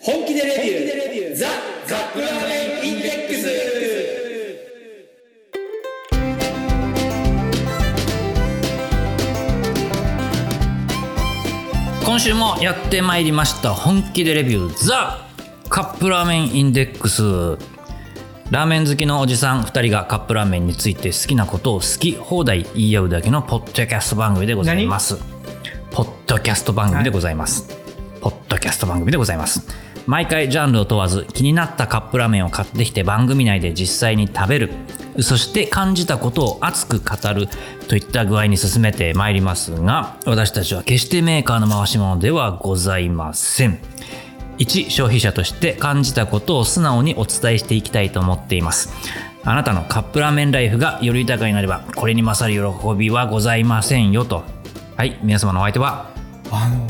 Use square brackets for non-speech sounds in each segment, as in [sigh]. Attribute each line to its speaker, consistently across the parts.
Speaker 1: でレビューザ・カップラーメンインデックス
Speaker 2: 今週もやってまいりました本気でレビューザカップラーメンインデックスラーメン好きのおじさん2人がカップラーメンについて好きなことを好き放題言い合うだけのポッドキャスト番組でございますポッドキャスト番組でございます、ポッドキャスト番組でございます毎回ジャンルを問わず気になったカップラーメンを買ってきて番組内で実際に食べるそして感じたことを熱く語るといった具合に進めてまいりますが私たちは決してメーカーの回し物ではございません一消費者として感じたことを素直にお伝えしていきたいと思っていますあなたのカップラーメンライフがより豊かになればこれに勝る喜びはございませんよとはい皆様のお相手は
Speaker 3: あの、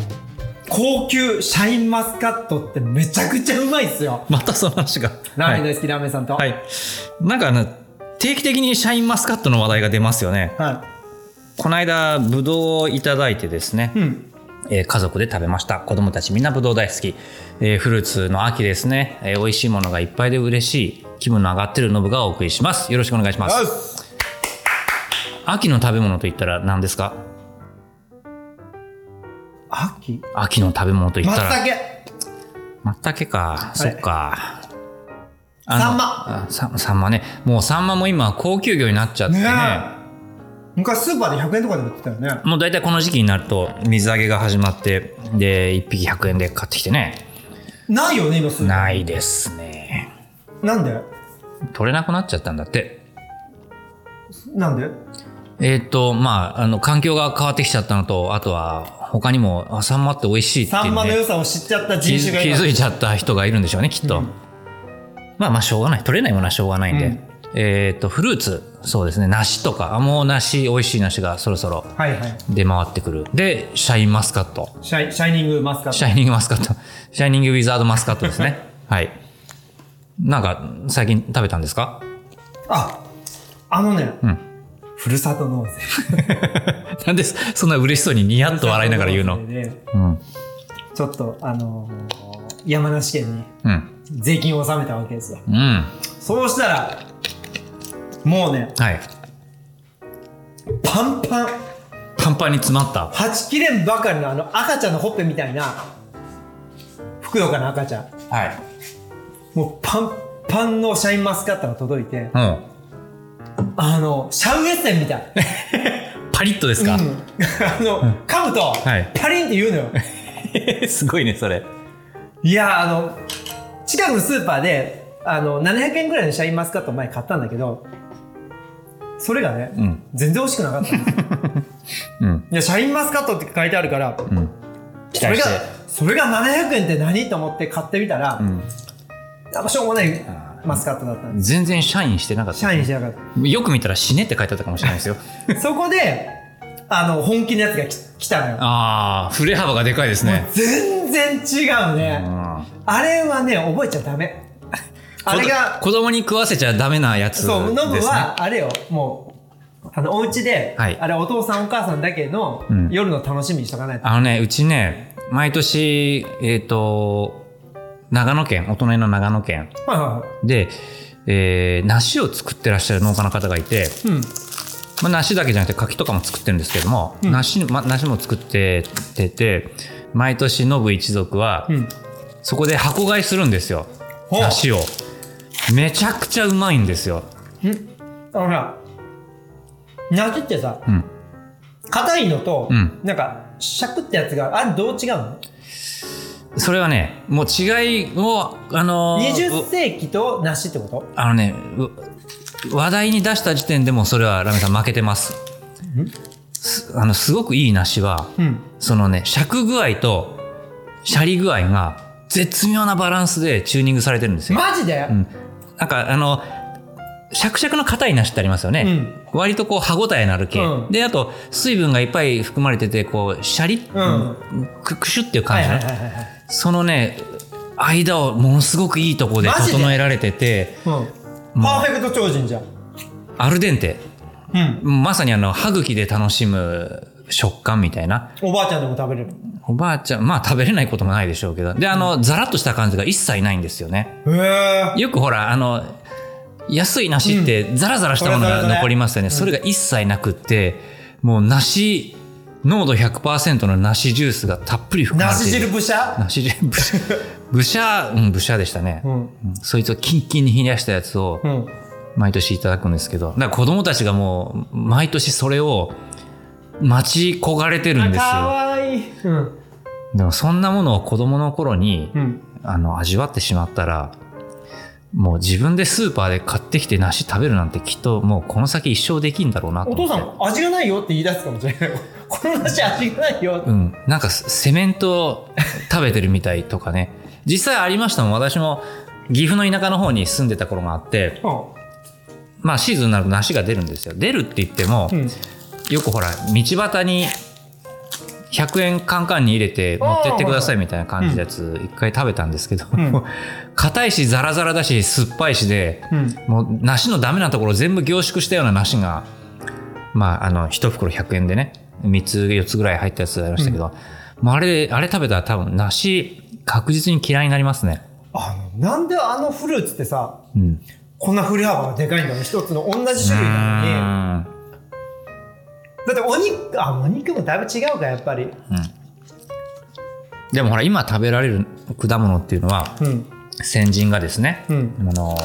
Speaker 3: 高級シャインマスカットってめちゃくちゃうまいっすよ。
Speaker 2: またその話が
Speaker 3: ラーメン
Speaker 2: はい
Speaker 3: 大好きラーメンさんと。。
Speaker 2: はいいなんかあの定期的にシャインマスカットの話題が出ますよね
Speaker 3: は
Speaker 2: この間ぶどうをいただいてですね、
Speaker 3: い。うん。
Speaker 2: えー家族で食べました子供たちみんなぶどう大好き、えーフルーツの秋ですね、えー美味しいものがいっぱいで嬉しい気分の上がってるノブがお送りしますよろしくお願いします秋の食べ物といったら何ですか
Speaker 3: 秋
Speaker 2: 秋の食べ物といっ
Speaker 3: 松
Speaker 2: たら
Speaker 3: 茸
Speaker 2: まったけかそっかあの
Speaker 3: サンマ
Speaker 2: あさサンマねもうサンマも今高級魚になっちゃってね
Speaker 3: ねえ。昔スーパーで100円とかで売ってたよね。
Speaker 2: もう大体この時期になると水揚げが始まってで1匹100円で買ってきてね
Speaker 3: ないよね、今スーパー。
Speaker 2: ないですね
Speaker 3: なんで
Speaker 2: 取れなくなっちゃったんだって
Speaker 3: なんで
Speaker 2: えーっ、とまああの環境が変わってきちゃったのとあとは他にもあサンマって美味しいってい
Speaker 3: サ
Speaker 2: う
Speaker 3: ンマの
Speaker 2: ね
Speaker 3: 良さを知っちゃった
Speaker 2: 気
Speaker 3: 人種
Speaker 2: づ
Speaker 3: が
Speaker 2: 気
Speaker 3: いる
Speaker 2: づいちゃった人がいるんでしょうねきっと、まあまあしょうがない取れないものはしょうがないんで、
Speaker 3: うん
Speaker 2: えーっ、とフルーツそうですね梨とかあもう梨美味しい梨がそろそろ
Speaker 3: はいはい。
Speaker 2: 出回ってくるでシャインマスカット
Speaker 3: シャイシャイニングマスカット。
Speaker 2: シャイニングマスカット。シャイニングウィザードマスカットですね。はい。なんか、最近食べたんですか
Speaker 3: あ、あのね、
Speaker 2: ん
Speaker 3: ふるさと納税。
Speaker 2: なんで、そんな嬉しそうにニヤッと笑いながら言うの
Speaker 3: ふるさと納税で
Speaker 2: うん。
Speaker 3: ちょっと、あのー山梨県に
Speaker 2: うん。
Speaker 3: 税金を納めたわけですよ。
Speaker 2: うん。
Speaker 3: そうしたら、もうね、
Speaker 2: はい。
Speaker 3: パンパン、
Speaker 2: パンパンに詰まった。
Speaker 3: はちきれんばかりのあの赤ちゃんのほっぺみたいな、ふくよかな赤ちゃん。
Speaker 2: はい。
Speaker 3: もうパンパンのシャインマスカットが届いて、
Speaker 2: うん。
Speaker 3: あの、シャウエッセンみたい。
Speaker 2: パリッとです
Speaker 3: うん、
Speaker 2: か
Speaker 3: あ、の、噛むと
Speaker 2: はい、
Speaker 3: パリンって言うのよ。
Speaker 2: [laughs] すごいね、それ。
Speaker 3: いやーあの、近くのスーパーで、あの、700円ぐらいのシャインマスカットを前買ったんだけど、それがね、
Speaker 2: うん
Speaker 3: 全然美味しくなかったんですよ
Speaker 2: うん。
Speaker 3: いや、シャインマスカットって書いてあるから、
Speaker 2: うん。期
Speaker 3: それ
Speaker 2: 待
Speaker 3: が
Speaker 2: して。
Speaker 3: それが700円って何と思って買ってみたら、
Speaker 2: うん。
Speaker 3: あんましょうもない
Speaker 2: あー
Speaker 3: マスカットだったんです
Speaker 2: 全然シャインしてなかった。
Speaker 3: 社員にしてなかっ
Speaker 2: よく見たら死ねって書いてあったかもしれないです
Speaker 3: [laughs]
Speaker 2: よ。
Speaker 3: たそこであの本気のやつがき来たのよ
Speaker 2: ああ、振れ幅がでかいですね。
Speaker 3: 全然違う
Speaker 2: う
Speaker 3: ね、
Speaker 2: ん。
Speaker 3: あれはね覚えちゃダメあれが
Speaker 2: 子供に食わせちゃダメなやつです、ね。
Speaker 3: そうノブはあれよもうあのお家で、
Speaker 2: はい
Speaker 3: あれお父さんお母さんだけの、
Speaker 2: うん
Speaker 3: 夜の楽しみにしとかないと
Speaker 2: あのね、うちね、毎年、えっ、と、長野県、お隣の長野県
Speaker 3: はいは
Speaker 2: で、えー梨を作ってらっしゃる農家の方がいて、
Speaker 3: いはいうん
Speaker 2: まあ、梨だけじゃなくて柿とかも作ってるんですけども、
Speaker 3: うん
Speaker 2: 梨ま、梨も作っててて、毎年ノブ一族は、
Speaker 3: うん
Speaker 2: そこで箱買いするんですよ。
Speaker 3: ほう
Speaker 2: 梨を。めちゃくちゃうまいんですよ。
Speaker 3: あのさ夏ってさ
Speaker 2: うん。
Speaker 3: 硬いのと、
Speaker 2: うん
Speaker 3: なんかシャクってやつがあれどう違うの
Speaker 2: それはね、もう違いを、あのー
Speaker 3: 20世紀と梨ってこと
Speaker 2: あのね、う話題に出した時点でもうそれはラメさん負けてます。すあの、すごくいい梨は、
Speaker 3: うん
Speaker 2: そのね、尺具合とシャリ具合が絶妙なバランスでチューニングされてるんですよ。
Speaker 3: マジで、
Speaker 2: うん。なんかあの、シャクシャクの硬い梨ってありますよね。
Speaker 3: うん
Speaker 2: 割とこう歯ごたえのある系、
Speaker 3: うん
Speaker 2: で、あと水分がいっぱい含まれてて、こう、シャリッ、
Speaker 3: うん
Speaker 2: くくしゅっていう
Speaker 3: は
Speaker 2: 感
Speaker 3: い
Speaker 2: じの、
Speaker 3: はいはいはいはい
Speaker 2: そのね、間をものすごくいいところで
Speaker 3: マジで
Speaker 2: 整えられてて、
Speaker 3: うんパーフェクト超人じゃん
Speaker 2: アルデンテ。
Speaker 3: うん
Speaker 2: まさにあの歯茎で楽しむ食感みたいな。
Speaker 3: おばあちゃんでも食べれる
Speaker 2: おばあちゃん、まあ食べれないこともないでしょうけど。で、あの、ザラッとした感じが一切ないんですよね。
Speaker 3: へえ
Speaker 2: よくほら、あの、安い梨ってザラザラしたもの
Speaker 3: ザラ
Speaker 2: が
Speaker 3: ザラね
Speaker 2: 残りますよね。それが一切なくって、もう梨、濃度100%の梨ジュースがたっぷり含まれて
Speaker 3: 梨
Speaker 2: いる。
Speaker 3: 汁ぶしゃ
Speaker 2: 梨汁、 [laughs] ブシャ、ブシャ、うん、ブシャでしたね。
Speaker 3: うん
Speaker 2: うんそいつをキンキンに冷やしたやつを、
Speaker 3: うん
Speaker 2: 毎年いただくんですけど、だから子供たちがもう、毎年それを、待ち焦がれてるんです
Speaker 3: か
Speaker 2: よ。
Speaker 3: わいいうん
Speaker 2: でもそんなものを子供の頃に、
Speaker 3: うん
Speaker 2: あの、味わってしまったら、もう自分でスーパーで買ってきて梨食べるなんてきっともうこの先一生できんだろうなと
Speaker 3: お
Speaker 2: 思
Speaker 3: 父
Speaker 2: って。
Speaker 3: さん味がないよって言い出すかもしれない [laughs] この梨味がないよ
Speaker 2: うん。なんかセメントを食べてるみたいとかね。実際ありましたもん。私も岐阜の田舎の方に住んでた頃があって、
Speaker 3: う
Speaker 2: まあシーズンになると梨が出るんですよ。出るって言っても、
Speaker 3: んうん
Speaker 2: よくほら、道端に100円カンカンに入れて持ってってくださいみたいな感じのやつ一回食べたんですけど、
Speaker 3: ん
Speaker 2: もう硬いしザラザラだし酸っぱいしで、
Speaker 3: うん
Speaker 2: もう梨のダメなところ全部凝縮したような梨が、まあ、あの、一袋100円でね、3つ、4つぐらい入ったやつありましたけど、もうあれ、あれ食べたら多分梨確実に嫌いになりますね。
Speaker 3: あのなんであのフルーツってさ
Speaker 2: うん。
Speaker 3: こんな振れ幅がでかいんだろう一つの同じ種類なのに
Speaker 2: う
Speaker 3: だってお肉あお肉もだいぶ違うかやっぱり
Speaker 2: んでもほら、今食べられる果物っていうのは、
Speaker 3: うん
Speaker 2: 先人がですね、
Speaker 3: うん
Speaker 2: あの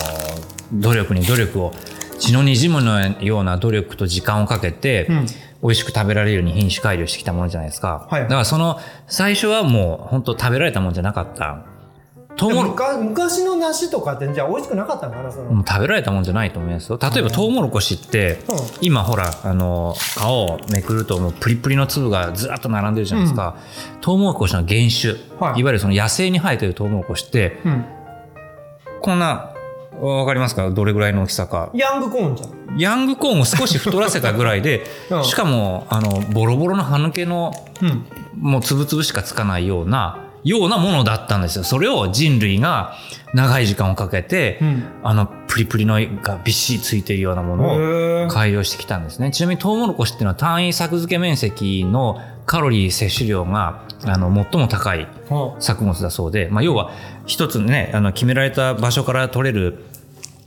Speaker 2: 努力に努力を血の滲むのような努力と時間をかけて、
Speaker 3: うん
Speaker 2: 美味しく食べられるように品種改良してきたものじゃないですか、
Speaker 3: はい
Speaker 2: だからその最初はもう本当食べられたもんじゃなかったトウモ
Speaker 3: で
Speaker 2: ロコ
Speaker 3: 昔昔の梨とかってじゃあ美味しくなかったのかなその、
Speaker 2: うん食べられたもんじゃないと思いますよ例えばトウモロコシって、
Speaker 3: うん
Speaker 2: 今ほらあの皮をめくるともうプリプリの粒がずらっと並んでるじゃないですか、トウモロコシの原種、
Speaker 3: はい
Speaker 2: いわゆるその野生に生えてるトウモロコシって
Speaker 3: うん
Speaker 2: こんなわかりますかどれぐらいの大きさか
Speaker 3: ヤングコーンじゃん、
Speaker 2: ヤングコーンを少し太らせたぐらいで
Speaker 3: [laughs] うん
Speaker 2: しかもあのボロボロの歯抜けの
Speaker 3: うん
Speaker 2: もうつぶつぶしかつかないようなようなものだったんですよそれを人類が長い時間をかけて、
Speaker 3: うん
Speaker 2: あのプリプリのがびっしりついているようなものを
Speaker 3: へー
Speaker 2: 改良してきたんですねちなみにトウモロコシっていうのは単位作付け面積のカロリー摂取量があの最も高い
Speaker 3: は
Speaker 2: 作物だそうで、まあ、要は一つねあの決められた場所から取れる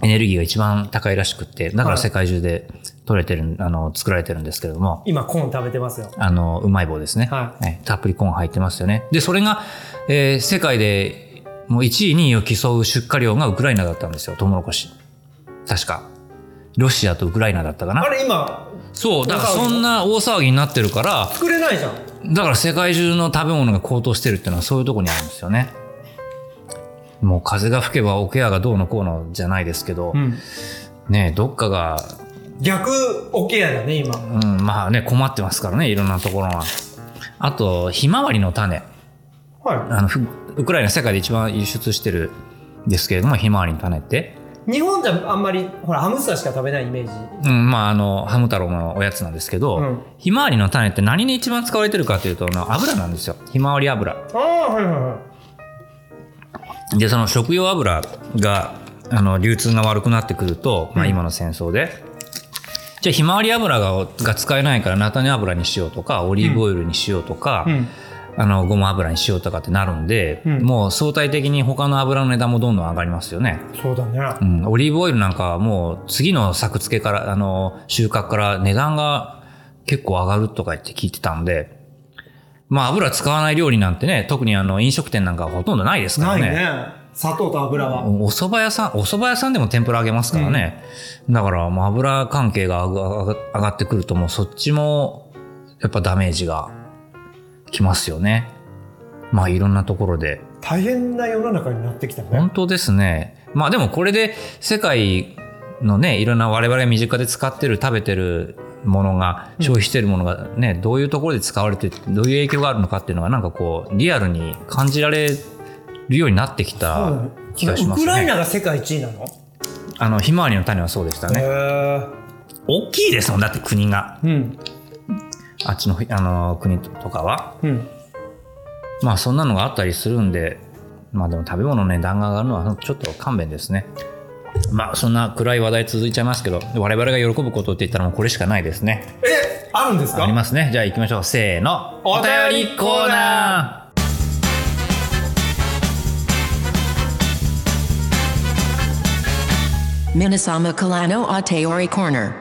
Speaker 2: エネルギーが一番高いらしくってだから世界中で取れてる、あの作られてるんですけれども
Speaker 3: 今コーン食べてますよ
Speaker 2: あのうまい棒ですね、
Speaker 3: は
Speaker 2: ねたっぷりコーン入ってますよねでそれが、えー世界でもう1位2位を競う出荷量がウクライナだったんですよトウモロコシ確かロシアとウクライナだったか
Speaker 3: あ
Speaker 2: な
Speaker 3: れ今
Speaker 2: そうだから
Speaker 3: 大騒ぎ
Speaker 2: そんな大騒ぎになってるから
Speaker 3: 作れないじゃん
Speaker 2: だから世界中の食べ物が高騰してるっていうのはそういうとこにあるんですよね。もう風が吹けばおケアがどうのこうのじゃないですけど、
Speaker 3: うん
Speaker 2: ねえどっかが、
Speaker 3: 逆オケアだね今
Speaker 2: うん、まあね困ってますからねいろんなところが。あとひまわりの種
Speaker 3: は
Speaker 2: あのふウクライナ世界で一番輸出してるんですけれどもひまわりの種って、
Speaker 3: い日本じゃあんまりほらハムスターしか食べないイメージ
Speaker 2: うん、まああのハム太郎のおやつなんですけど、
Speaker 3: うん
Speaker 2: ひまわりの種って何に一番使われてるかというとあの油なんですよひまわり油。
Speaker 3: ああはいはいはい
Speaker 2: でその食用油があの流通が悪くなってくると、まあ、
Speaker 3: うん
Speaker 2: 今の戦争で、じゃあひまわり油がが使えないから菜種油にしようとかオリーブオイルにしようとか、
Speaker 3: うん
Speaker 2: あのごま油にしようとかってなるんで、
Speaker 3: うん
Speaker 2: もう相対的に他の油の値段もどんどん上がりますよね。
Speaker 3: そうだね
Speaker 2: うん、オリーブオイルなんかはもう次の作付けからあの収穫から値段が結構上がるとか言って聞いてたんで、まあ、油使わない料理なんてね特にあの飲食店なんかはほとんどないですか
Speaker 3: な
Speaker 2: ら
Speaker 3: いね砂糖と油は
Speaker 2: お蕎麦屋さん、お蕎麦屋さんでも天ぷら揚げますからね。だから、もう油関係が上が上がってくると、もうそっちも、やっぱダメージがきますよね。まあ、いろんなところで。
Speaker 3: 大変な世の中になってきたね
Speaker 2: 本当ですね。まあ、でもこれで世界のね、いろんな我々が身近で使ってる、食べてるものが、消費してるものがね、どういうところで使われて、どういう影響があるのかっていうのが、なんかこう、リアルに感じられるようになってき
Speaker 3: う
Speaker 2: た
Speaker 3: ん
Speaker 2: 気がしますね。
Speaker 3: ウクライナが世界一位なの
Speaker 2: あのひまわりの種はそうでしたね、
Speaker 3: へ
Speaker 2: 大きいですもんだって国が
Speaker 3: えうん
Speaker 2: あっちの、あの国とかは
Speaker 3: うん
Speaker 2: まあそんなのがあったりするんでまあでも食べ物の値段が上がるのはちょっと勘弁ですねまあそんな暗い話題続いちゃいますけど我々が喜ぶことって言ったらもうこれしかないですね
Speaker 3: えあるんですか
Speaker 2: ありますね。じゃあ行きましょう。せーの。
Speaker 3: お便りコーナ
Speaker 2: ー
Speaker 4: Minasama Kalano Ateori Corner.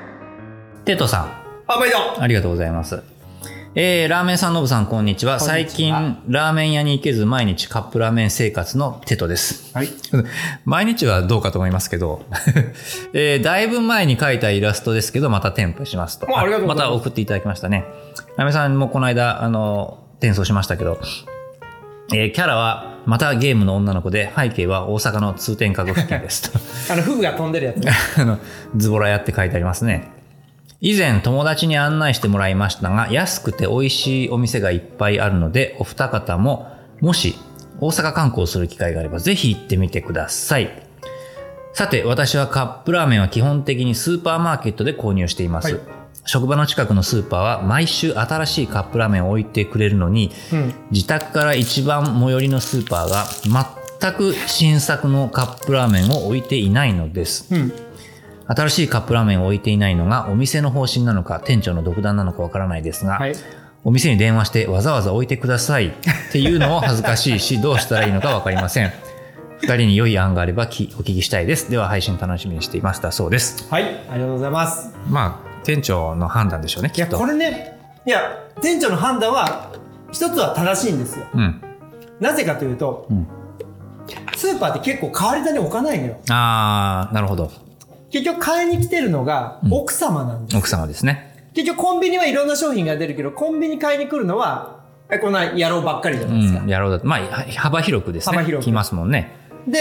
Speaker 2: テトさん、
Speaker 3: あ、毎度
Speaker 2: ありがとうございます。えー、ラーメンさん、のぶさん、こんにちは。
Speaker 3: こんにちは
Speaker 2: 最近、ラーメン屋に行けず、毎日カップラーメン生活のテトです。
Speaker 3: はい。
Speaker 2: [laughs] 毎日はどうかと思いますけど、 [laughs] えーだいぶ前に描いたイラストですけど、また添付しますと。
Speaker 3: あありがとうございます
Speaker 2: また送っていただきましたね。ラメさんもこの間、あの、転送しましたけど、えーキャラはまたゲームの女の子で、背景は大阪の通天閣付近ですと。
Speaker 3: あの、フグが飛んでるやつ。
Speaker 2: [laughs] あの、ズボラ屋って書いてありますね。以前友達に案内してもらいましたが、安くて美味しいお店がいっぱいあるので、お二方も、もし大阪観光する機会があれば、ぜひ行ってみてください。さて、私はカップラーメンは基本的にスーパーマーケットで購入しています。
Speaker 3: はい
Speaker 2: 職場の近くのスーパーは毎週新しいカップラーメンを置いてくれるのに、
Speaker 3: うん
Speaker 2: 自宅から一番最寄りのスーパーが全く新作のカップラーメンを置いていないのです。
Speaker 3: うん。
Speaker 2: 新しいカップラーメンを置いていないのがお店の方針なのか店長の独断なのかわからないですが、
Speaker 3: はい。
Speaker 2: お店に電話してわざわざ置いてくださいっていうのも恥ずかしいしどうしたらいいのかわかりません2人に良い案があればきお聞きしたいですでは配信楽しみにしていましたそうです
Speaker 3: はい。ありがとうございます。
Speaker 2: まあ店長の判断でしょうね
Speaker 3: い
Speaker 2: き
Speaker 3: や、
Speaker 2: っと
Speaker 3: これね、いや、店長の判断は、一つは正しいんですよ。
Speaker 2: うん
Speaker 3: なぜかというと、
Speaker 2: うん
Speaker 3: スーパーって結構変わり種置かないのよ。
Speaker 2: ああなるほど
Speaker 3: 結局買いに来てるのが
Speaker 2: うん
Speaker 3: 奥様なんです。
Speaker 2: 奥様ですね
Speaker 3: 結局コンビニはいろんな商品が出るけど、コンビニ買いに来るのは、えこんな野郎ばっかりじゃ
Speaker 2: う
Speaker 3: ないですか。
Speaker 2: んやろうだまあは幅広くですね
Speaker 3: 幅広く
Speaker 2: 来ますもんね
Speaker 3: で、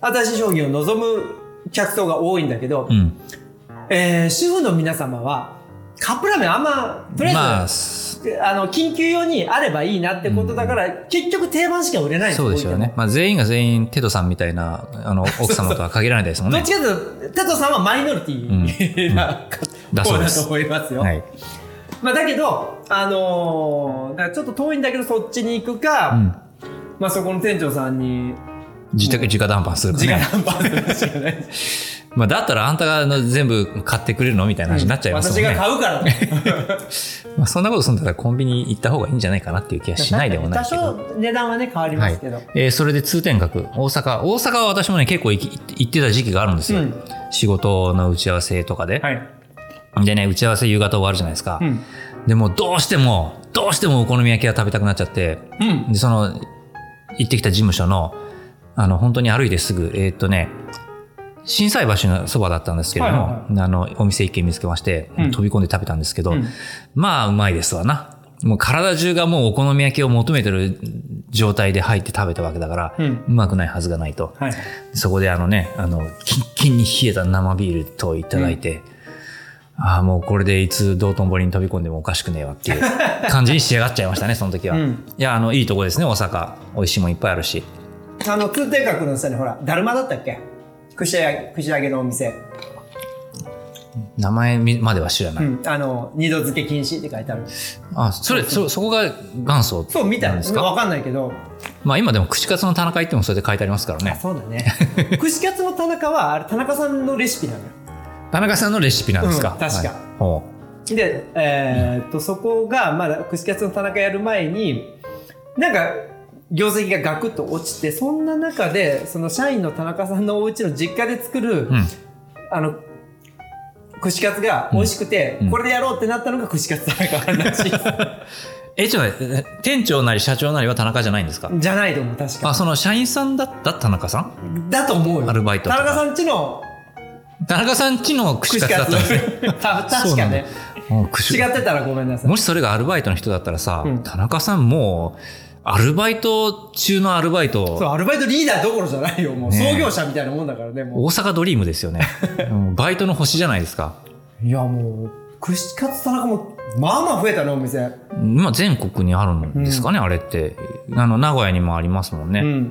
Speaker 3: 新しい商品を望む客層が多いんだけど、
Speaker 2: うん
Speaker 3: えー主婦の皆様は、カップラーメンあんま、とり
Speaker 2: ま
Speaker 3: あ
Speaker 2: あ
Speaker 3: えず、あ、の、緊急用にあればいいなってことだから、結局定番しか売れない
Speaker 2: そうですよね。。まあ、全員が全員、テトさんみたいな、あの、奥様とは限らないですもん
Speaker 3: ど
Speaker 2: ね
Speaker 3: っ。ちかというと、テトさんはマイノリティな、
Speaker 2: だ
Speaker 3: 方
Speaker 2: そうで
Speaker 3: だ
Speaker 2: す
Speaker 3: と思いますよ。
Speaker 2: はい。
Speaker 3: まあ、だけど、あのーだからちょっと遠いんだけど、そっちに行くか、
Speaker 2: うん。
Speaker 3: まあ、そこの店長さんに、
Speaker 2: 自宅、直談判するか
Speaker 3: 自我
Speaker 2: ね。
Speaker 3: [laughs] ナンバーするしかない。
Speaker 2: まあ、だったらあんたがあの全部買ってくれるのみたい [laughs] な話になっちゃいますもん
Speaker 3: 私
Speaker 2: ね。
Speaker 3: が買うからと。
Speaker 2: まあ、そんなことするんだったらコンビニ行った方がいいんじゃないかなっていう気 [laughs] はしないでもないけ
Speaker 3: 多
Speaker 2: ど。
Speaker 3: 少値段はね、変わりま
Speaker 2: はい
Speaker 3: すけど。。
Speaker 2: えーそれで通天閣、大阪。大阪は私もね、結構行き行ってた時期があるんですよ。
Speaker 3: うん
Speaker 2: 仕事の打ち合わせとかで。
Speaker 3: はい。
Speaker 2: でね、打ち合わせ夕方終わるじゃないですか。
Speaker 3: うん。
Speaker 2: でも、どうしても、どうしてもお好み焼きが食べたくなっちゃって、
Speaker 3: うん。
Speaker 2: で、その、行ってきた事務所の、あの、本当に歩いてすぐ、えーっとね、震災橋のそばだったんですけれども、
Speaker 3: はいはい
Speaker 2: あの、お店一軒見つけまして、
Speaker 3: うん
Speaker 2: 飛び込んで食べたんですけど、
Speaker 3: うん
Speaker 2: まあ、うまいですわな。もう体中がもうお好み焼きを求めてる状態で入って食べたわけだから、
Speaker 3: う
Speaker 2: うんまくないはずがないと。
Speaker 3: はい。
Speaker 2: そこであのね、あの、キンキンに冷えた生ビールといただいて、ああ、もうこれでいつ道頓堀に飛び込んでもおかしくねえわっていう感じに仕上がっちゃい
Speaker 3: [laughs]
Speaker 2: ましたね、その時は。
Speaker 3: うん
Speaker 2: いや、あの、いいとこですね、大阪。美味しいもんいっぱいあるし。
Speaker 3: あの、通天閣の下にほら、だるまだったっけ串揚げ、串揚げのお店。
Speaker 2: 名前みまでは知らな
Speaker 3: う
Speaker 2: い。
Speaker 3: ん。あの、二度漬け禁止って書いてある。
Speaker 2: あ、それ、そ、そこが元祖
Speaker 3: そう、見た
Speaker 2: なん
Speaker 3: んで
Speaker 2: です
Speaker 3: す
Speaker 2: か
Speaker 3: かわかんないけど。
Speaker 2: まあ今でも串カツの田中行ってもそれで書いてありますからね。
Speaker 3: そうだ
Speaker 2: [laughs]
Speaker 3: ね。串カツの田中は、あれ、田中さんのレシピなのよ。
Speaker 2: 田中さんのレシピなんですか、
Speaker 3: うん確か
Speaker 2: はいほ
Speaker 3: で、えーっと、そこが、まだ、串カツの田中やる前に、なんか、業績がガクッと落ちて、そんな中で、その社員の田中さんのお家の実家で作る、
Speaker 2: ううん。
Speaker 3: あの、串カツが美味しくて、
Speaker 2: うん
Speaker 3: これでやろうってなったのが串カツ田中らしい
Speaker 2: [laughs]
Speaker 3: です。
Speaker 2: え、ちょっと待って、え店長なり社長なりは田中じゃないんですか
Speaker 3: じゃないと思う、確か
Speaker 2: あ、その社員さんだった田中さん
Speaker 3: だと思うよ。
Speaker 2: アルバイトと
Speaker 3: 田
Speaker 2: か
Speaker 3: 中さんちの
Speaker 2: 田中さんちの串
Speaker 3: 串
Speaker 2: カツだ
Speaker 3: カ
Speaker 2: ったんですね。
Speaker 3: ツ。 [laughs] た確かね。
Speaker 2: もう串
Speaker 3: 違ってたらごめんなさい。
Speaker 2: もしそれがアルバイトの人だったらさ、
Speaker 3: うん
Speaker 2: 田中さんもう、アルバイト中のアルバイ
Speaker 3: そう、
Speaker 2: ト、
Speaker 3: アルバイトリーダーどころじゃないよ。もう
Speaker 2: ねえ
Speaker 3: 創業者みたいなもんだからね、も
Speaker 2: 大阪ドリームです
Speaker 3: [laughs]
Speaker 2: よね。うんバイトの星じゃないですか。
Speaker 3: う。いや、もう、串カツ田中も、まあまあ増えたね、お店。
Speaker 2: 今全国にあるんですかね、あれって。あの、名古屋にもありますもん
Speaker 3: う
Speaker 2: ね。
Speaker 3: ん。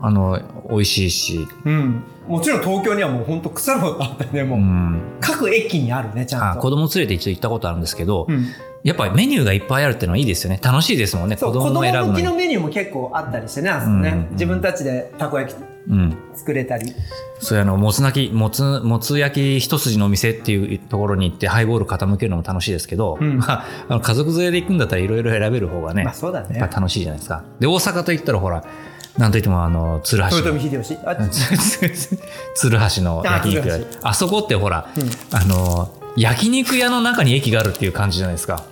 Speaker 2: あの、美味しいし。
Speaker 3: うん。もちろん東京にはもうほんと腐るほどあったね、も
Speaker 2: う
Speaker 3: う。
Speaker 2: ん。
Speaker 3: 各駅にあるね、ちゃ
Speaker 2: あ
Speaker 3: んと。
Speaker 2: 子供連れて一度行ったことあるんですけど、
Speaker 3: うん。
Speaker 2: やっぱりメニューがいっぱいあるってのはいいですよね。楽しいですもんね。
Speaker 3: そ
Speaker 2: 子
Speaker 3: う子
Speaker 2: 供
Speaker 3: 供
Speaker 2: も選ぶの
Speaker 3: 向き
Speaker 2: に
Speaker 3: の。メニューも結構あったりしてね、あそこね
Speaker 2: うんうんうん
Speaker 3: 自分たちでたこ焼き
Speaker 2: うん。
Speaker 3: 作れたり
Speaker 2: そうやの、もつなき、もつ、もつ焼き一筋の店っていうところに行ってハイボール傾けるのも楽しいですけど、
Speaker 3: うん
Speaker 2: まあ、あの家族連れで行くんだったらいろいろ選べる方がね、
Speaker 3: まあそうだね
Speaker 2: やっぱ楽しいじゃないですか。で、大阪といったらほら、なんといってもあの、鶴橋。
Speaker 3: 豊臣秀吉あ
Speaker 2: 鶴橋の焼肉屋
Speaker 3: あ鶴
Speaker 2: あそこってほら、あの焼肉屋の中に駅があるっていう感じじゃないですか、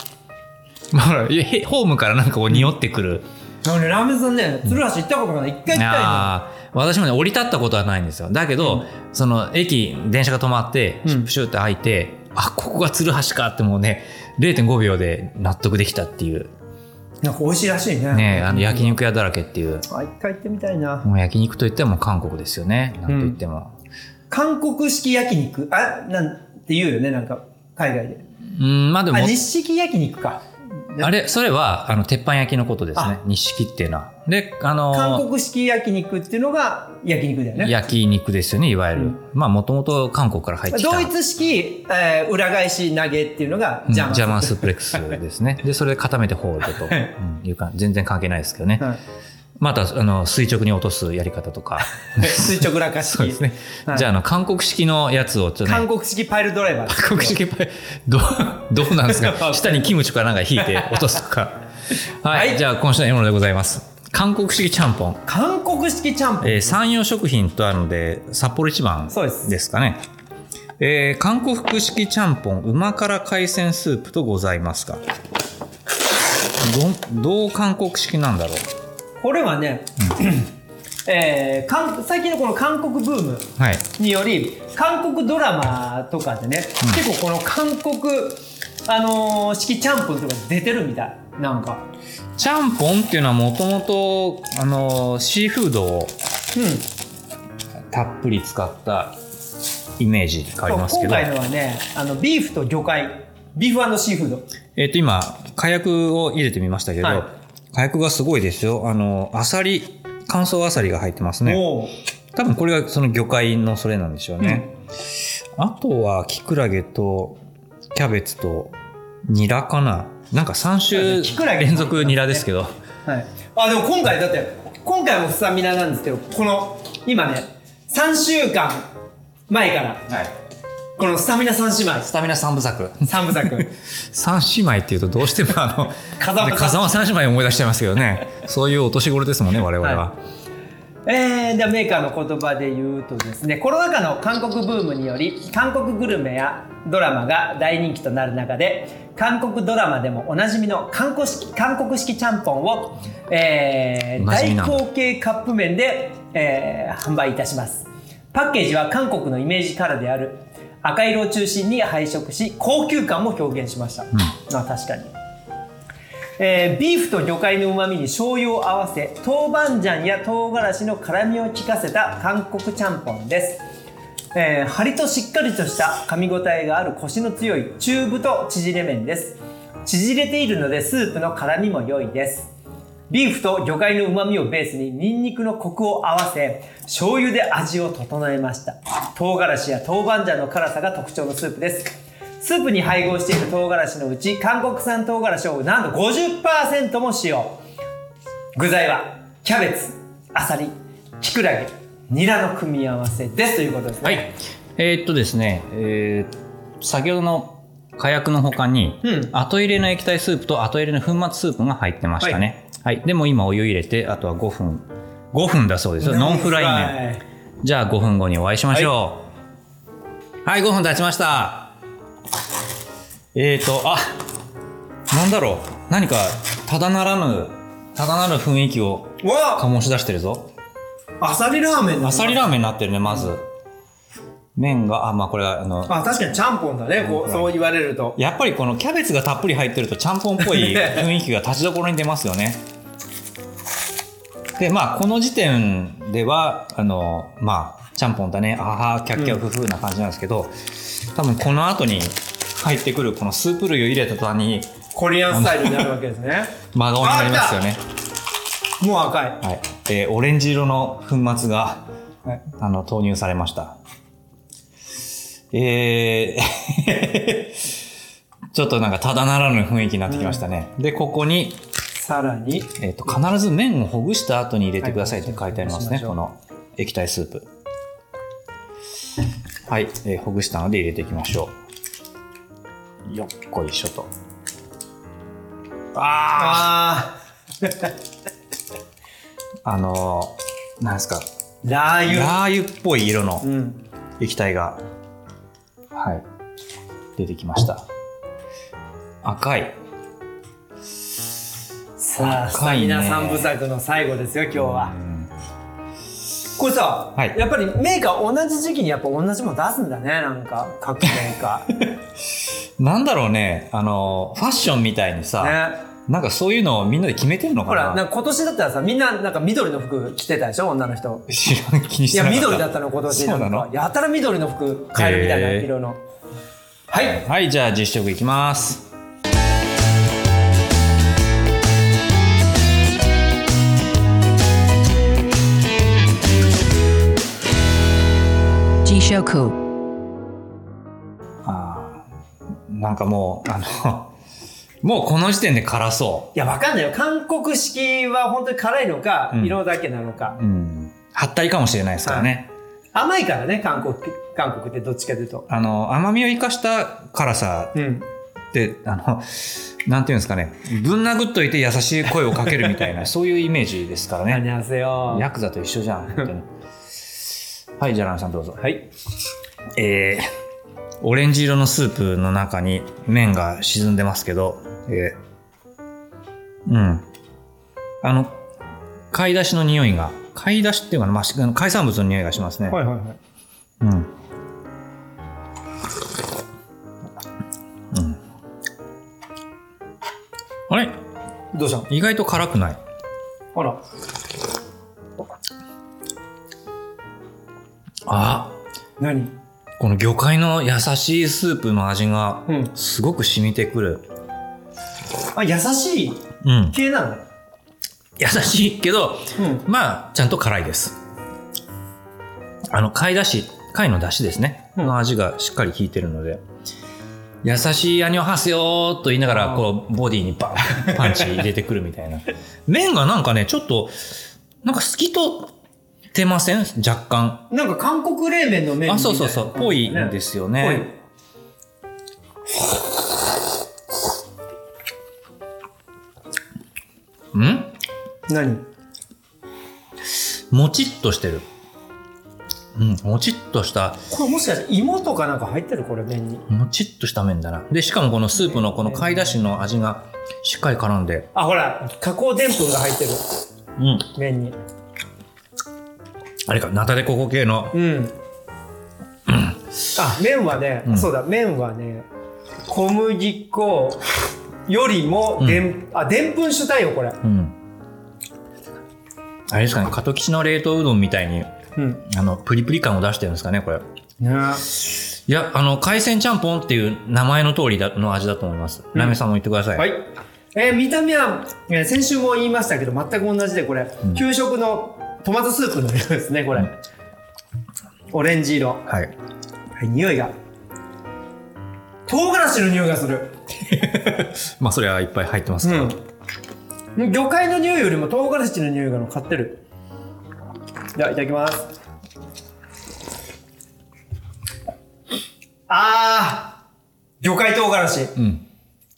Speaker 2: まあ、ほらへホームからなんかこう匂ってくる、
Speaker 3: あのねラーメン屋さんね鶴橋行ったことがない一回行ったよ
Speaker 2: あー私もね降り立ったことはないんですよだけど、その駅電車が止まってシュップシュッて開いて、あここが鶴橋かってもうね0.5秒で納得できたっていう
Speaker 3: なんか美味しいらしいね
Speaker 2: ねあの焼肉屋だらけっていう
Speaker 3: あ一回行ってみたいな
Speaker 2: もう焼肉といっても韓国ですよねなんといっても、
Speaker 3: 韓国式焼肉あなんて言うよねなんか海外で
Speaker 2: うんまあでも
Speaker 3: あ日式焼肉か
Speaker 2: あれ、それは、あの、鉄板焼きのことですね
Speaker 3: あ。
Speaker 2: 日式っていうのは。で、あのー
Speaker 3: 韓国式焼肉っていうのが焼肉だよね
Speaker 2: 焼肉ですよね、いわゆる。
Speaker 3: うん
Speaker 2: まあ、もともと韓国から入ってきた。
Speaker 3: ドイツ式、えー裏返し投げっていうのが
Speaker 2: うん
Speaker 3: ジ
Speaker 2: ジ
Speaker 3: ャーマン
Speaker 2: ャーマンスープレックスで
Speaker 3: [laughs]
Speaker 2: すね。で、それで固めてホールドと、
Speaker 3: はい
Speaker 2: うんいうか、全然関係ないですけどね。
Speaker 3: はい
Speaker 2: また、あの、垂直に落とすやり方とか。
Speaker 3: 垂直裏返し
Speaker 2: [laughs] そうですね。
Speaker 3: はい
Speaker 2: じゃあ、あの、韓国式のやつをちょっとね
Speaker 3: 韓、国式パイルドライバーです
Speaker 2: 韓国式パイ、どう、どうなんで
Speaker 3: [laughs]
Speaker 2: す
Speaker 3: わかんな
Speaker 2: か
Speaker 3: い
Speaker 2: 下にキムチかなんか引いて落とすとか。はい、
Speaker 3: はい
Speaker 2: じゃあ、今週の獲物でございます。韓国式ちゃんぽん。
Speaker 3: 韓国式ちゃんぽん
Speaker 2: えー、山陽食品とあるので札幌一番
Speaker 3: そうです
Speaker 2: ですかねえー韓国式ちゃんぽん旨辛海鮮スープとございますかどどう韓国式なんだろう
Speaker 3: これはね、えー韓最近のこの韓国ブーム
Speaker 2: はい
Speaker 3: により韓国ドラマとかでね、結構この韓国、あのー式ちゃんぽんとか出てるみたいなんか
Speaker 2: ちゃんぽんっていうのはもともとあのーシーフードを
Speaker 3: うん
Speaker 2: たっぷり使ったイメージがありますけ
Speaker 3: 今
Speaker 2: ど
Speaker 3: 回のはねあのビーフと魚介ビーフシーフード
Speaker 2: えっ、と今火薬を入れてみましたけど、
Speaker 3: はい
Speaker 2: 火薬がすごいですよあのあさり乾燥あさりが入ってますね
Speaker 3: もう
Speaker 2: 多分これがその魚介のそれなんでしょうね、あとはキクラゲとキャベツとニラかななんか3
Speaker 3: キ
Speaker 2: 週
Speaker 3: クラゲ
Speaker 2: 連続ニラですけど
Speaker 3: はい、あでも今回だって今回もスタミナなんですけどこの今ね3週間前から、このスタミナ三姉妹
Speaker 2: スタミナ三部作
Speaker 3: 三部作
Speaker 2: 三姉妹っていうとどうしてもあの
Speaker 3: 風間さん
Speaker 2: 風間三姉妹を思い出しちゃいますけどねそういうお年頃ですもんね我々は、
Speaker 3: はえー、ではメーカーの言葉で言うとですねコロナ禍の韓国ブームにより韓国グルメやドラマが大人気となる中で韓国ドラマでもおなじみの韓国式韓国式ちゃんぽんを、えー
Speaker 2: おなじみ
Speaker 3: 大
Speaker 2: なんだ
Speaker 3: 口径カップ麺で、えー販売いたしますパッケージは韓国のイメージカラーである赤色を中心に配色し高級感も表現しました、まあ確かにえービーフと魚介のうまみに醤油を合わせ豆板醤や唐辛子の辛みを効かせた韓国ちゃんぽんです、えー、張りとしっかりとした噛み応えがあるコシの強い中太縮れ麺です縮れているのでスープの辛みも良いですビーフと魚介の旨味をベースにニンニクのコクを合わせ醤油で味を整えました唐辛子や豆板醤の辛さが特徴のスープですスープに配合している唐辛子のうち韓国産唐辛子をなんと50%も使用具材はキャベツアサリキクラゲニラの組み合わせですということですね
Speaker 2: はい。えーっとですね、えー先ほどの火薬の他に、
Speaker 3: うん
Speaker 2: 後入れの液体スープと後入れの粉末スープが入ってましたね。はい。でも今お湯入れて、あとは5分。5分だそうですよ。ノンフライ麺。
Speaker 3: 麺
Speaker 2: じゃあ5分後にお会いしましょう。はい、5分経ちました。えーと、あ、なんだろう。何か、ただならぬ、ただなる雰囲気を
Speaker 3: わ
Speaker 2: 醸し出してるぞ。
Speaker 3: あアサリラーメンだ
Speaker 2: あさりラーメンになってるね、まず。麺が、あ、まあこれは、あの、
Speaker 3: あ確かにちゃんぽんだねこうそう言われると
Speaker 2: やっぱりこのキャベツがたっぷり入ってるとちゃんぽんっぽい雰囲気が立ちどころに出ますよね。でまあこの時点ではあのまあちゃんぽんだねあははキャッキャフフな感じなんですけど、多分この後に入ってくるこのスープ類を入れた途端に
Speaker 3: コリアンスタイルになるわけです
Speaker 2: [laughs]
Speaker 3: ね
Speaker 2: 真顔になりますよね。
Speaker 3: もう赤い
Speaker 2: はいえーオレンジ色の粉末が、
Speaker 3: はい
Speaker 2: あの投入されました。えー [laughs] ちょっとなんかただならぬ雰囲気になってきましたね。で、ここに、
Speaker 3: さらに
Speaker 2: えー、と必ず麺をほぐした後に入れてくださいって書いてありますね、
Speaker 3: はい
Speaker 2: この液体スープはい、えーほぐしたので入れていきましょうよっこいしょとあ
Speaker 3: あ
Speaker 2: ああのー、なんですか
Speaker 3: ーラー油
Speaker 2: ラー油っぽい色の
Speaker 3: うん
Speaker 2: 液体が、はい、出てきました赤い
Speaker 3: さあスタミナ三部作の最後ですよ今日はこれさ、
Speaker 2: はい
Speaker 3: やっぱりメーカー同じ時期にやっぱ同じもの出すんだねなんか各メーカ
Speaker 2: [laughs]
Speaker 3: ーね
Speaker 2: なんだろうねあのファッションみたいにさ、なんかそういうのをみんなで決めてんのか
Speaker 3: ほ
Speaker 2: な
Speaker 3: らなんか今年だったらさみんななんか緑の服着てたでしょ女の人
Speaker 2: [laughs] 知らん気に
Speaker 3: い
Speaker 2: して
Speaker 3: や
Speaker 2: なかった
Speaker 3: 緑だったの今年
Speaker 2: そ
Speaker 3: な
Speaker 2: うなん
Speaker 3: か
Speaker 2: の
Speaker 3: やたら緑の服買えるみたいな
Speaker 2: へー
Speaker 3: 色のはい
Speaker 2: はいじゃあ実食いきます
Speaker 4: Jishoku,
Speaker 2: あーなんかもうあの [laughs] もうこの時点で辛そ
Speaker 3: いやわかんないよ韓国式は本当に辛いのか、
Speaker 2: うん
Speaker 3: 色だけなのか
Speaker 2: ううんはったりかもしれないですからね、
Speaker 3: 甘いからね韓国韓国ってどっちかというと
Speaker 2: あの甘みを生かした辛さ
Speaker 3: うん
Speaker 2: であのなんていうんですかねぶん殴っといて優しい声をかけるみたいなそういうイメージですから
Speaker 3: 何に
Speaker 2: ね
Speaker 3: せよ
Speaker 2: ヤクザと一緒じゃん本当 [laughs] にはいじゃあランさんどうぞ
Speaker 3: はい
Speaker 2: えーオレンジ色のスープの中に麺が沈んでますけど、えーうんあの買い出しの匂いが買い出しっていうかな、まあしあの、海産物の匂いがしますね、
Speaker 3: いはいはい
Speaker 2: うんうんあれ
Speaker 3: どうしたの
Speaker 2: 意外と辛くない
Speaker 3: あら
Speaker 2: あ
Speaker 3: 何
Speaker 2: この魚介の優しいスープの味が
Speaker 3: うん
Speaker 2: すごく染みてくる
Speaker 3: あ優しい
Speaker 2: うん
Speaker 3: 系なの
Speaker 2: 優しいけど
Speaker 3: うん
Speaker 2: まあちゃんと辛いですあの貝だし貝のだしですね
Speaker 3: うん
Speaker 2: の味がしっかり効いてるので優しい「アニョハセヨ」と言いながら
Speaker 3: あー
Speaker 2: こうボディにバンパンチ入れてくるみたいな [laughs] 麺がなんかねちょっとなんか透き通ってません若干
Speaker 3: なんか韓国冷麺の麺みたいな
Speaker 2: あそうそうそう
Speaker 3: 感じ
Speaker 2: ぽいん
Speaker 3: だね
Speaker 2: ですよ
Speaker 3: ぽい
Speaker 2: ねうん
Speaker 3: 何
Speaker 2: もちっとしてるうんもちっとした
Speaker 3: これもしかして芋とかなんか入ってるこれ麺に
Speaker 2: もちっとした麺だなでしかもこのスープのこの貝だしの味がしっかり絡んで
Speaker 3: あほら加工でんぷんが入ってる
Speaker 2: うん
Speaker 3: 麺に
Speaker 2: あれかナタデココ系の
Speaker 3: うんあ麺はね、
Speaker 2: ん
Speaker 3: そうだ麺はね小麦粉よりもでん、あでんぷん主体よこれ
Speaker 2: うんあれですかね加藤吉の冷凍うどんみたいに
Speaker 3: うん
Speaker 2: あのプリプリ感を出してるんですかねこれ
Speaker 3: ね
Speaker 2: いやあの海鮮ちゃんぽんっていう名前の通りだの味だと思います、ラメさんも言ってください、
Speaker 3: はい、えー見た目は、えー先週も言いましたけど全く同じでこれ、給食のトマトスープの色ですねこれ、
Speaker 2: うん
Speaker 3: オレンジ色、は
Speaker 2: はい、
Speaker 3: い、匂いが唐辛子の匂いがする
Speaker 2: まあそれはいっぱい入ってますから、
Speaker 3: うん魚介の匂いよりも唐辛子の匂いが勝ってるではいただきますあー魚介唐辛子、
Speaker 2: ん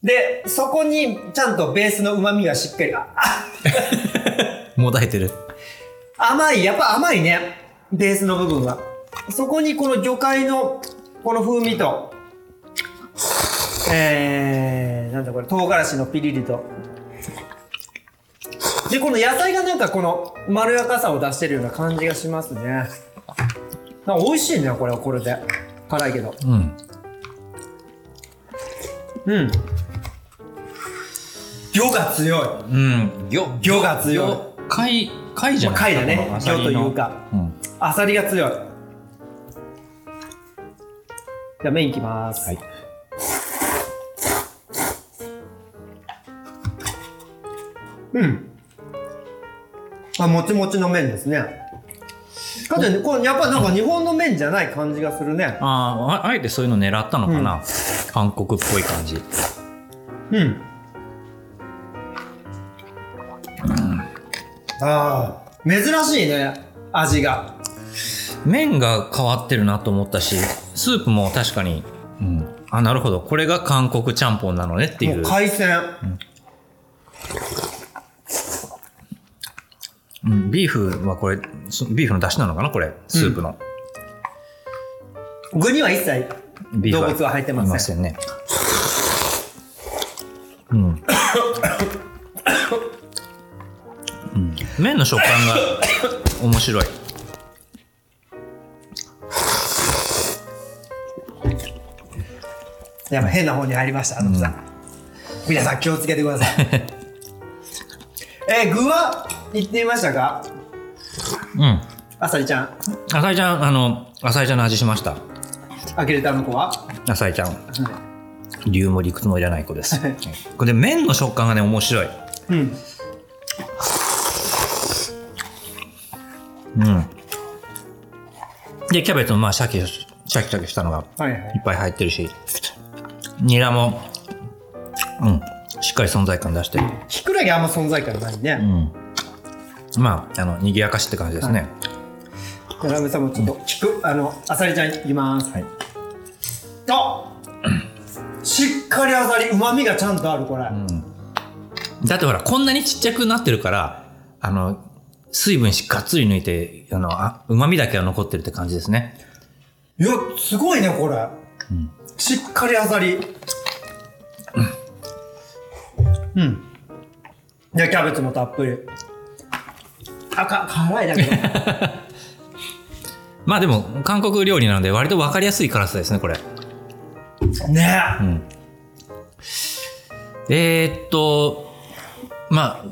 Speaker 3: でそこにちゃんとベースの旨味がしっかりああ
Speaker 2: もだえてる
Speaker 3: 甘いやっぱ甘いねベースの部分はそこにこの魚介のこの風味とえー、なんだこれ唐辛子のピリリとでこの野菜がなんかこのまろやかさを出してるような感じがしますねなんか美味しいねこれはこれで辛いけど
Speaker 2: うん
Speaker 3: うん魚が強い
Speaker 2: うん魚
Speaker 3: 魚が強い
Speaker 2: 魚貝貝じゃない
Speaker 3: 貝だね
Speaker 2: このアサ
Speaker 3: 魚
Speaker 2: リ
Speaker 3: と
Speaker 2: の
Speaker 3: いうか
Speaker 2: うん
Speaker 3: アサリが強い。じゃあ麺いきます。
Speaker 2: はい
Speaker 3: うん。あ、もちもちの麺ですね。かといってこれやっぱなんか日本の麺じゃない感じがするね。
Speaker 2: あーああえてそういうの狙ったのかな、韓国っぽい感じ
Speaker 3: うん。ああ、珍しいね、味が。
Speaker 2: 麺が変わってるなと思ったしスープも確かに、うん、あなるほどこれが韓国ちゃんぽんなのねってい
Speaker 5: も
Speaker 2: う
Speaker 5: う海鮮。
Speaker 2: うん、ビーフはこれそビーフの出汁なのかなこれスープの、
Speaker 3: 具には一切
Speaker 2: ビーフ
Speaker 3: 動物は入ってません
Speaker 2: いませ
Speaker 3: [laughs]
Speaker 2: んねうん、うん、麺の食感が面白い
Speaker 3: やっぱ変な方に入りました、あのさん。皆さん気をつけてくださ
Speaker 2: [laughs]
Speaker 3: い。えー具は言ってみましたか
Speaker 2: うん
Speaker 3: あさりちゃん。
Speaker 2: 浅井ちゃんあの浅井ちゃんの味しました
Speaker 3: あきれたあの子は
Speaker 2: 浅井ちゃん理由も理屈もいらない子ですこれで麺の食感がね面白い
Speaker 3: うん。
Speaker 2: うんでキャベツもまあシャキシャキシャキしたのが
Speaker 3: はいはい
Speaker 2: っ
Speaker 3: い。
Speaker 2: ぱい入ってるしニラもうんしっかり存在感出してる
Speaker 3: ひくらげあんま存在感ないね。
Speaker 2: うんまああの賑やかしって感じですね、
Speaker 3: じゃあラムさんもちょっと聞く、あのあさりちゃんいきます
Speaker 2: はい
Speaker 3: あしっかりあさりうまみがちゃんとあるこれ、
Speaker 2: だってほらこんなにちっちゃくなってるからあの水分しがっつり抜いてあのうまみだけは残ってるって感じですね
Speaker 3: いやすごいねこれ、しっかりあさりうんでキャベツもたっぷりあか辛い [laughs] だけど
Speaker 2: まあでも韓国料理なので割と分かりやすい辛さですねこれ
Speaker 3: ねえ
Speaker 2: えー、っとま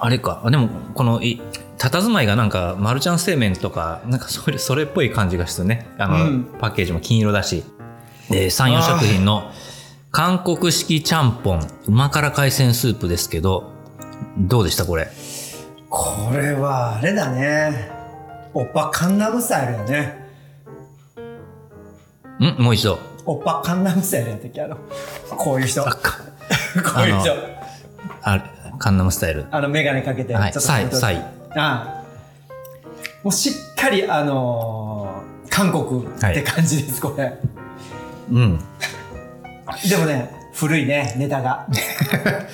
Speaker 2: ああれかあでもこのい佇まいがなんかマルちゃん製麺とかなんかそれ [laughs] それっぽい感じがしてねあの、
Speaker 3: うん
Speaker 2: パッケージも金色だし、えー、34食品の韓国式ちゃんぽん旨辛海鮮スープですけどどうでしたこれ
Speaker 3: これはあれだねおっぱカンナムスタイルだね
Speaker 2: んもう一度
Speaker 3: おっぱカンナムスタイルの時あのこういう人こ
Speaker 2: あか
Speaker 3: ういう人
Speaker 2: ああカンナムスタイル
Speaker 3: あの眼鏡かけて、
Speaker 2: はい
Speaker 3: ちょっと
Speaker 2: サイサイ
Speaker 3: ああもうしっかりあのー韓国って感じです、これ
Speaker 2: うん
Speaker 3: でもね古いねネタ
Speaker 2: [laughs]
Speaker 3: が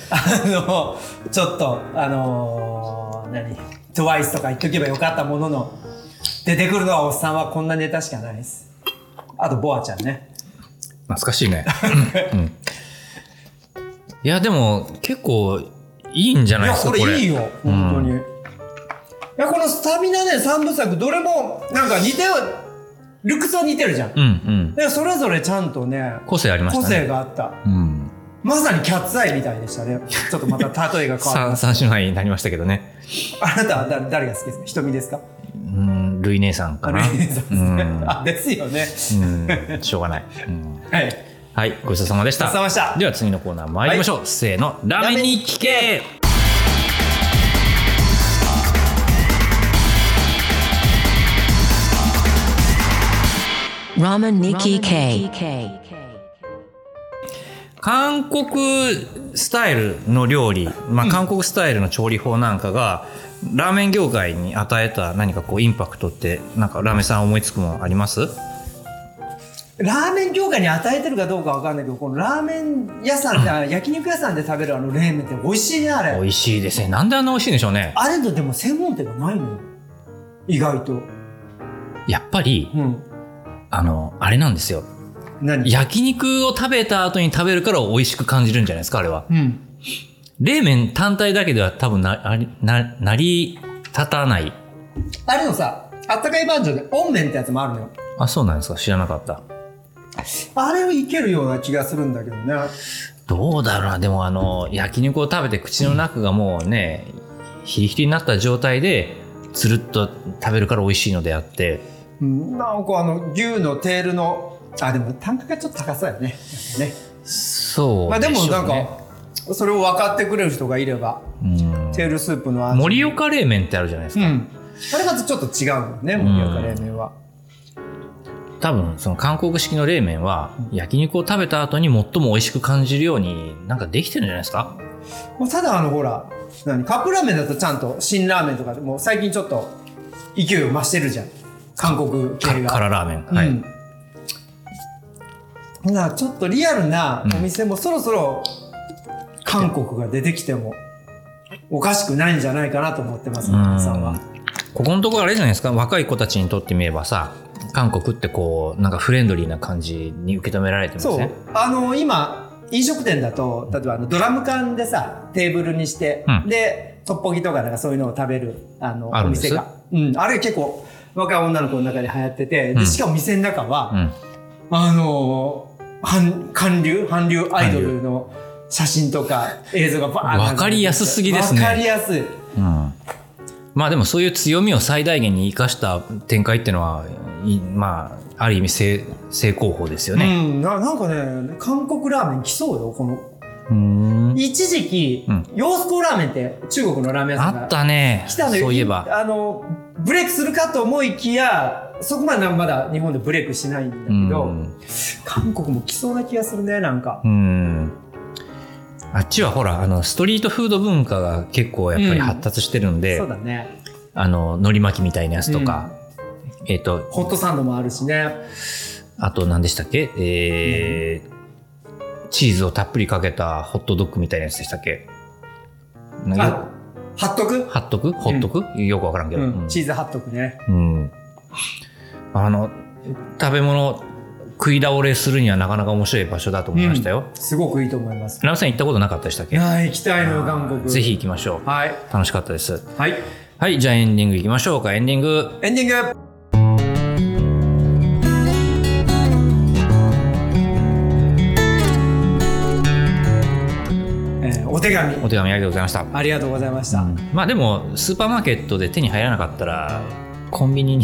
Speaker 3: あのちょっとあのー、何 TWICE とか言っとけばよかったものの出てくるのはおっさんはこんなネタしかないですあとボアちゃんね
Speaker 2: 懐かしいね、うん、いやでも結構いいんじゃ
Speaker 3: い
Speaker 2: ない
Speaker 3: や
Speaker 2: ですか
Speaker 3: こ
Speaker 2: これ
Speaker 3: れいいよ本当に、いやこのスタミナね三部作どれもなんか似てルックスは似てるじゃん、
Speaker 2: うんうん
Speaker 3: でそれぞれちゃんとね
Speaker 2: 個性ありまし
Speaker 3: 個
Speaker 2: たね
Speaker 3: 性があった
Speaker 2: うん
Speaker 3: まさにキャッツアイみたいで
Speaker 2: [laughs]
Speaker 3: したねちょっとまた例えが変わり
Speaker 2: 三
Speaker 3: ます
Speaker 2: 三姉妹になりましたけどね
Speaker 3: あなたは誰誰が好きですか瞳ですか
Speaker 2: うんルイ姉さんかな
Speaker 3: あルイ姉さんですね [laughs] あですよね
Speaker 2: うん、うん、しょうがない、うん
Speaker 3: はい
Speaker 2: はいごちそうさまでした
Speaker 3: ごちそうさまでした
Speaker 2: では次のコーナー参りましょう、せーのラーメンに聞け
Speaker 4: ラーメンに聞け。
Speaker 2: 韓国スタイルの料理、まあ、韓国スタイルの調理法なんかが、ラーメン業界に与えた何かこうインパクトってなんかラーメンさん思いつくもんあります
Speaker 3: ラーメン業界に与えてるかどうかわかんないけどこのラーメン屋さんであ焼肉屋さんで食べるあの冷麺って美味しいねあ
Speaker 2: 美
Speaker 3: れ
Speaker 2: 味しいですねなんであんな美味しいんでしょうね
Speaker 3: あれのでも専門店がないのよ意外と
Speaker 2: やっぱり
Speaker 3: うん
Speaker 2: あのあれなんですよ
Speaker 3: 何
Speaker 2: 焼肉を食べた後に食べるから美味しく感じるんじゃないですかあれは
Speaker 3: うん
Speaker 2: 冷麺単体だけでは多分なありななり立たない
Speaker 3: あれのさあったかいバージョンで温麺ってやつもあるのよ
Speaker 2: あそうなんですか知らなかった
Speaker 3: あれはいけるような気がするんだけどね
Speaker 2: どうだろうな、でもあの、焼肉を食べて口の中がもうね、ヒリヒリになった状態で、つるっと食べるから美味しいのであって、
Speaker 3: うん、なんかあの牛のテールのあでも単価がちょっと高そうやねなんかね
Speaker 2: そう
Speaker 3: まあで
Speaker 2: しょ
Speaker 3: も
Speaker 2: うね
Speaker 3: なんかそれを分かってくれる人がいれば
Speaker 2: うん
Speaker 3: テールスープの味
Speaker 2: 盛岡冷麺ってあるじゃないです
Speaker 3: う
Speaker 2: か。
Speaker 3: んあれまたちょっと違うもんね盛岡冷麺は、
Speaker 2: 多分、その韓国式の冷麺は、焼肉を食べた後に最も美味しく感じるように、なんかできてるんじゃないですか
Speaker 3: もうただあのほら何カップラーメンだとちゃんと辛ラーメンとかでもう最近ちょっと勢いを増してるじゃん韓国系
Speaker 2: か
Speaker 3: が。
Speaker 2: 辛ラーメン。はい。
Speaker 3: うんなあちょっとリアルなお店もそろそろ韓国が出てきてもおかしくないんじゃないかなと思ってます、皆さんは。
Speaker 2: ここのところあれじゃないですか若い子たちにとってみればさ韓国ってこうなんかフレンドリーな感じに受け止められてます
Speaker 3: そう
Speaker 2: ね。
Speaker 3: あの今飲食店だと例えばあのドラム缶でさテーブルにして、
Speaker 2: うん
Speaker 3: でトッポギとかなんかそういうのを食べるあの
Speaker 2: ある
Speaker 3: お
Speaker 2: んです
Speaker 3: 店が、うん、あれ結構若い女の子の中で流行ってて、で
Speaker 2: うん
Speaker 3: しかも店の中は、
Speaker 2: うん、
Speaker 3: あの韓韓流韓流アイドルの写真とか映像がバーン
Speaker 2: わかりやすすぎですね
Speaker 3: わかりやすい
Speaker 2: うん、まあでもそういう強みを最大限に生かした展開っていうのはいまあある意味正正攻法ですよね。
Speaker 3: うん、ななんかね韓国ラーメン来そうよこの
Speaker 2: うん
Speaker 3: 一時期、
Speaker 2: うん
Speaker 3: 洋服ラーメンって中国のラーメン屋さんが
Speaker 2: あったね
Speaker 3: 来たのよ
Speaker 2: そういえば。
Speaker 3: あのブレイクするかと思いきやそこまでまだ日本でブレイクしないんだけ
Speaker 2: う
Speaker 3: ど、
Speaker 2: ん
Speaker 3: 韓国も来そうな気がするねなんか、
Speaker 2: うんあっちはほらあのストリートフード文化が結構やっぱり
Speaker 3: うん
Speaker 2: 発達してるんで、
Speaker 3: そうだね
Speaker 2: あの海苔巻きみたいなやつとか、えっ、と
Speaker 3: ホットサンドもあるしね
Speaker 2: あと何でしたっけえーチーズをたっぷりかけたホットドッグみたいなやつでしたっけなんか
Speaker 3: あ
Speaker 2: よ
Speaker 3: 貼っとく、
Speaker 2: 貼っとくほっとく、よくわからんけ
Speaker 3: う
Speaker 2: ど、うんん
Speaker 3: チーズ貼っとくね
Speaker 2: うんあの食べ物食い倒れするにはなかなか面白い場所だと思いましたよ、
Speaker 3: すごくいいと思います
Speaker 2: ラムさん行ったことなかったでしたっけ
Speaker 3: あー行きたいのよ韓国
Speaker 2: ぜひ行きましょう
Speaker 3: はい
Speaker 2: 楽しかったです
Speaker 3: はい
Speaker 2: はいじゃあエンディング行きましょうかエンディング
Speaker 3: エンディングえーお手紙
Speaker 2: お手紙ありがとうございました
Speaker 3: ありがとうございました、うん
Speaker 2: まあでもスーパーマーケットで手に入らなかったらコンビニに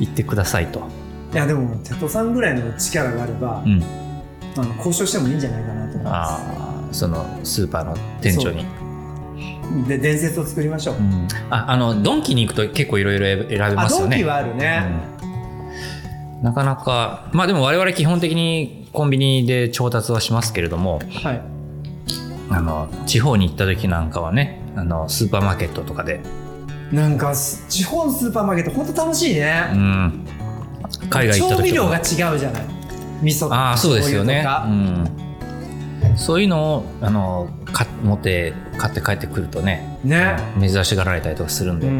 Speaker 3: い
Speaker 2: 行ってくださいと、
Speaker 3: やでも瀬戸さんぐらいの力があれば、
Speaker 2: うん、
Speaker 3: あの交渉してもいいんじゃないかなと思いま
Speaker 2: あーそのスーパーの店長に、
Speaker 3: すで伝説を作りましょう、
Speaker 2: うんああのドンキに行くと結構いろいろ選べ
Speaker 3: あ
Speaker 2: ます
Speaker 3: ド
Speaker 2: よ
Speaker 3: ン
Speaker 2: ね
Speaker 3: キはあるね、
Speaker 2: うんなかなかまあでも我々基本的にコンビニで調達はしますけれども
Speaker 3: はい
Speaker 2: あの地方に行った時なんかはねあのスーパーマーケットとかで、
Speaker 3: なんかす地方のスーパーマーケットほんと楽しいね、
Speaker 2: うん、海外行った時とか
Speaker 3: 調味料が違うじゃない味噌とか
Speaker 2: ああそうですよね
Speaker 3: 醤油とか
Speaker 2: うん、そういうのをあのか持って買って帰ってくるとね
Speaker 3: ね、
Speaker 2: 珍しがられたりとかするんで、
Speaker 3: う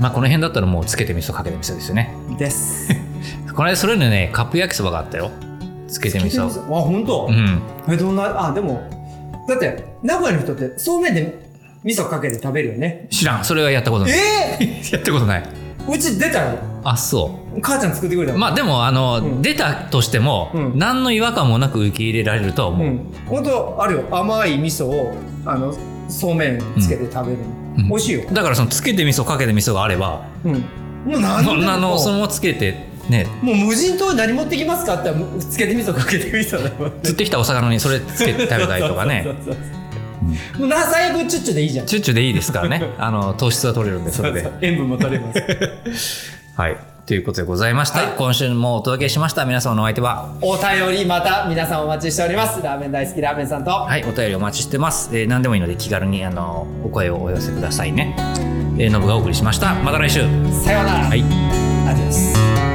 Speaker 2: まあ、この辺だったらもうつけて味噌かけて味噌ですよね
Speaker 3: ん、です
Speaker 2: この間それでねカップ焼きそばがあったよつけて
Speaker 3: [laughs]
Speaker 2: 味
Speaker 3: あ
Speaker 2: 噌
Speaker 3: 本当、
Speaker 2: うん
Speaker 3: えどんなあでもだって名古屋の人ってそうめんで味噌かけて食べるよね
Speaker 2: 知らんそれはやったことない
Speaker 3: ええ
Speaker 2: [laughs] やったことない
Speaker 3: ー、うち出たよ
Speaker 2: あそ
Speaker 3: 母ちゃん作ってくれたも
Speaker 2: う
Speaker 3: ん、
Speaker 2: まあでもあの、
Speaker 3: うん
Speaker 2: 出たとしても、
Speaker 3: うん
Speaker 2: 何の違和感もなく受け入れられるとは
Speaker 3: う
Speaker 2: 思う、
Speaker 3: ん本当あるよ甘い味噌をあのそうめんつけて食べるの、
Speaker 2: うん
Speaker 3: 美味しいよ
Speaker 2: だからそのつけて味噌かけて味噌があれば
Speaker 3: うんもう何で
Speaker 2: もうあの
Speaker 3: も
Speaker 2: そのままつけてね
Speaker 3: もう無人島に何持ってきますかって言ったらつけて味噌かけて味噌だもんね
Speaker 2: 釣ってきたお魚にそれつけて食べたり [laughs] と [laughs] か
Speaker 3: そう
Speaker 2: ね
Speaker 3: そうそうそうもうな最悪チュッチュでいいじゃん
Speaker 2: チュッチュでいいですからねあの糖質は取れるんでそれで
Speaker 3: [laughs] 塩分も取れます
Speaker 2: はいということでございました、今週もお届けしました皆様のお相手は
Speaker 3: お便りまた皆さんお待ちしておりますラーメン大好きラーメンさんと
Speaker 2: はいお便りお待ちしてます、えー何でもいいので気軽にあのお声をお寄せくださいねえーノブ、がお送りしましたまた来週
Speaker 3: さようなら、
Speaker 2: はい
Speaker 3: ありがとうございます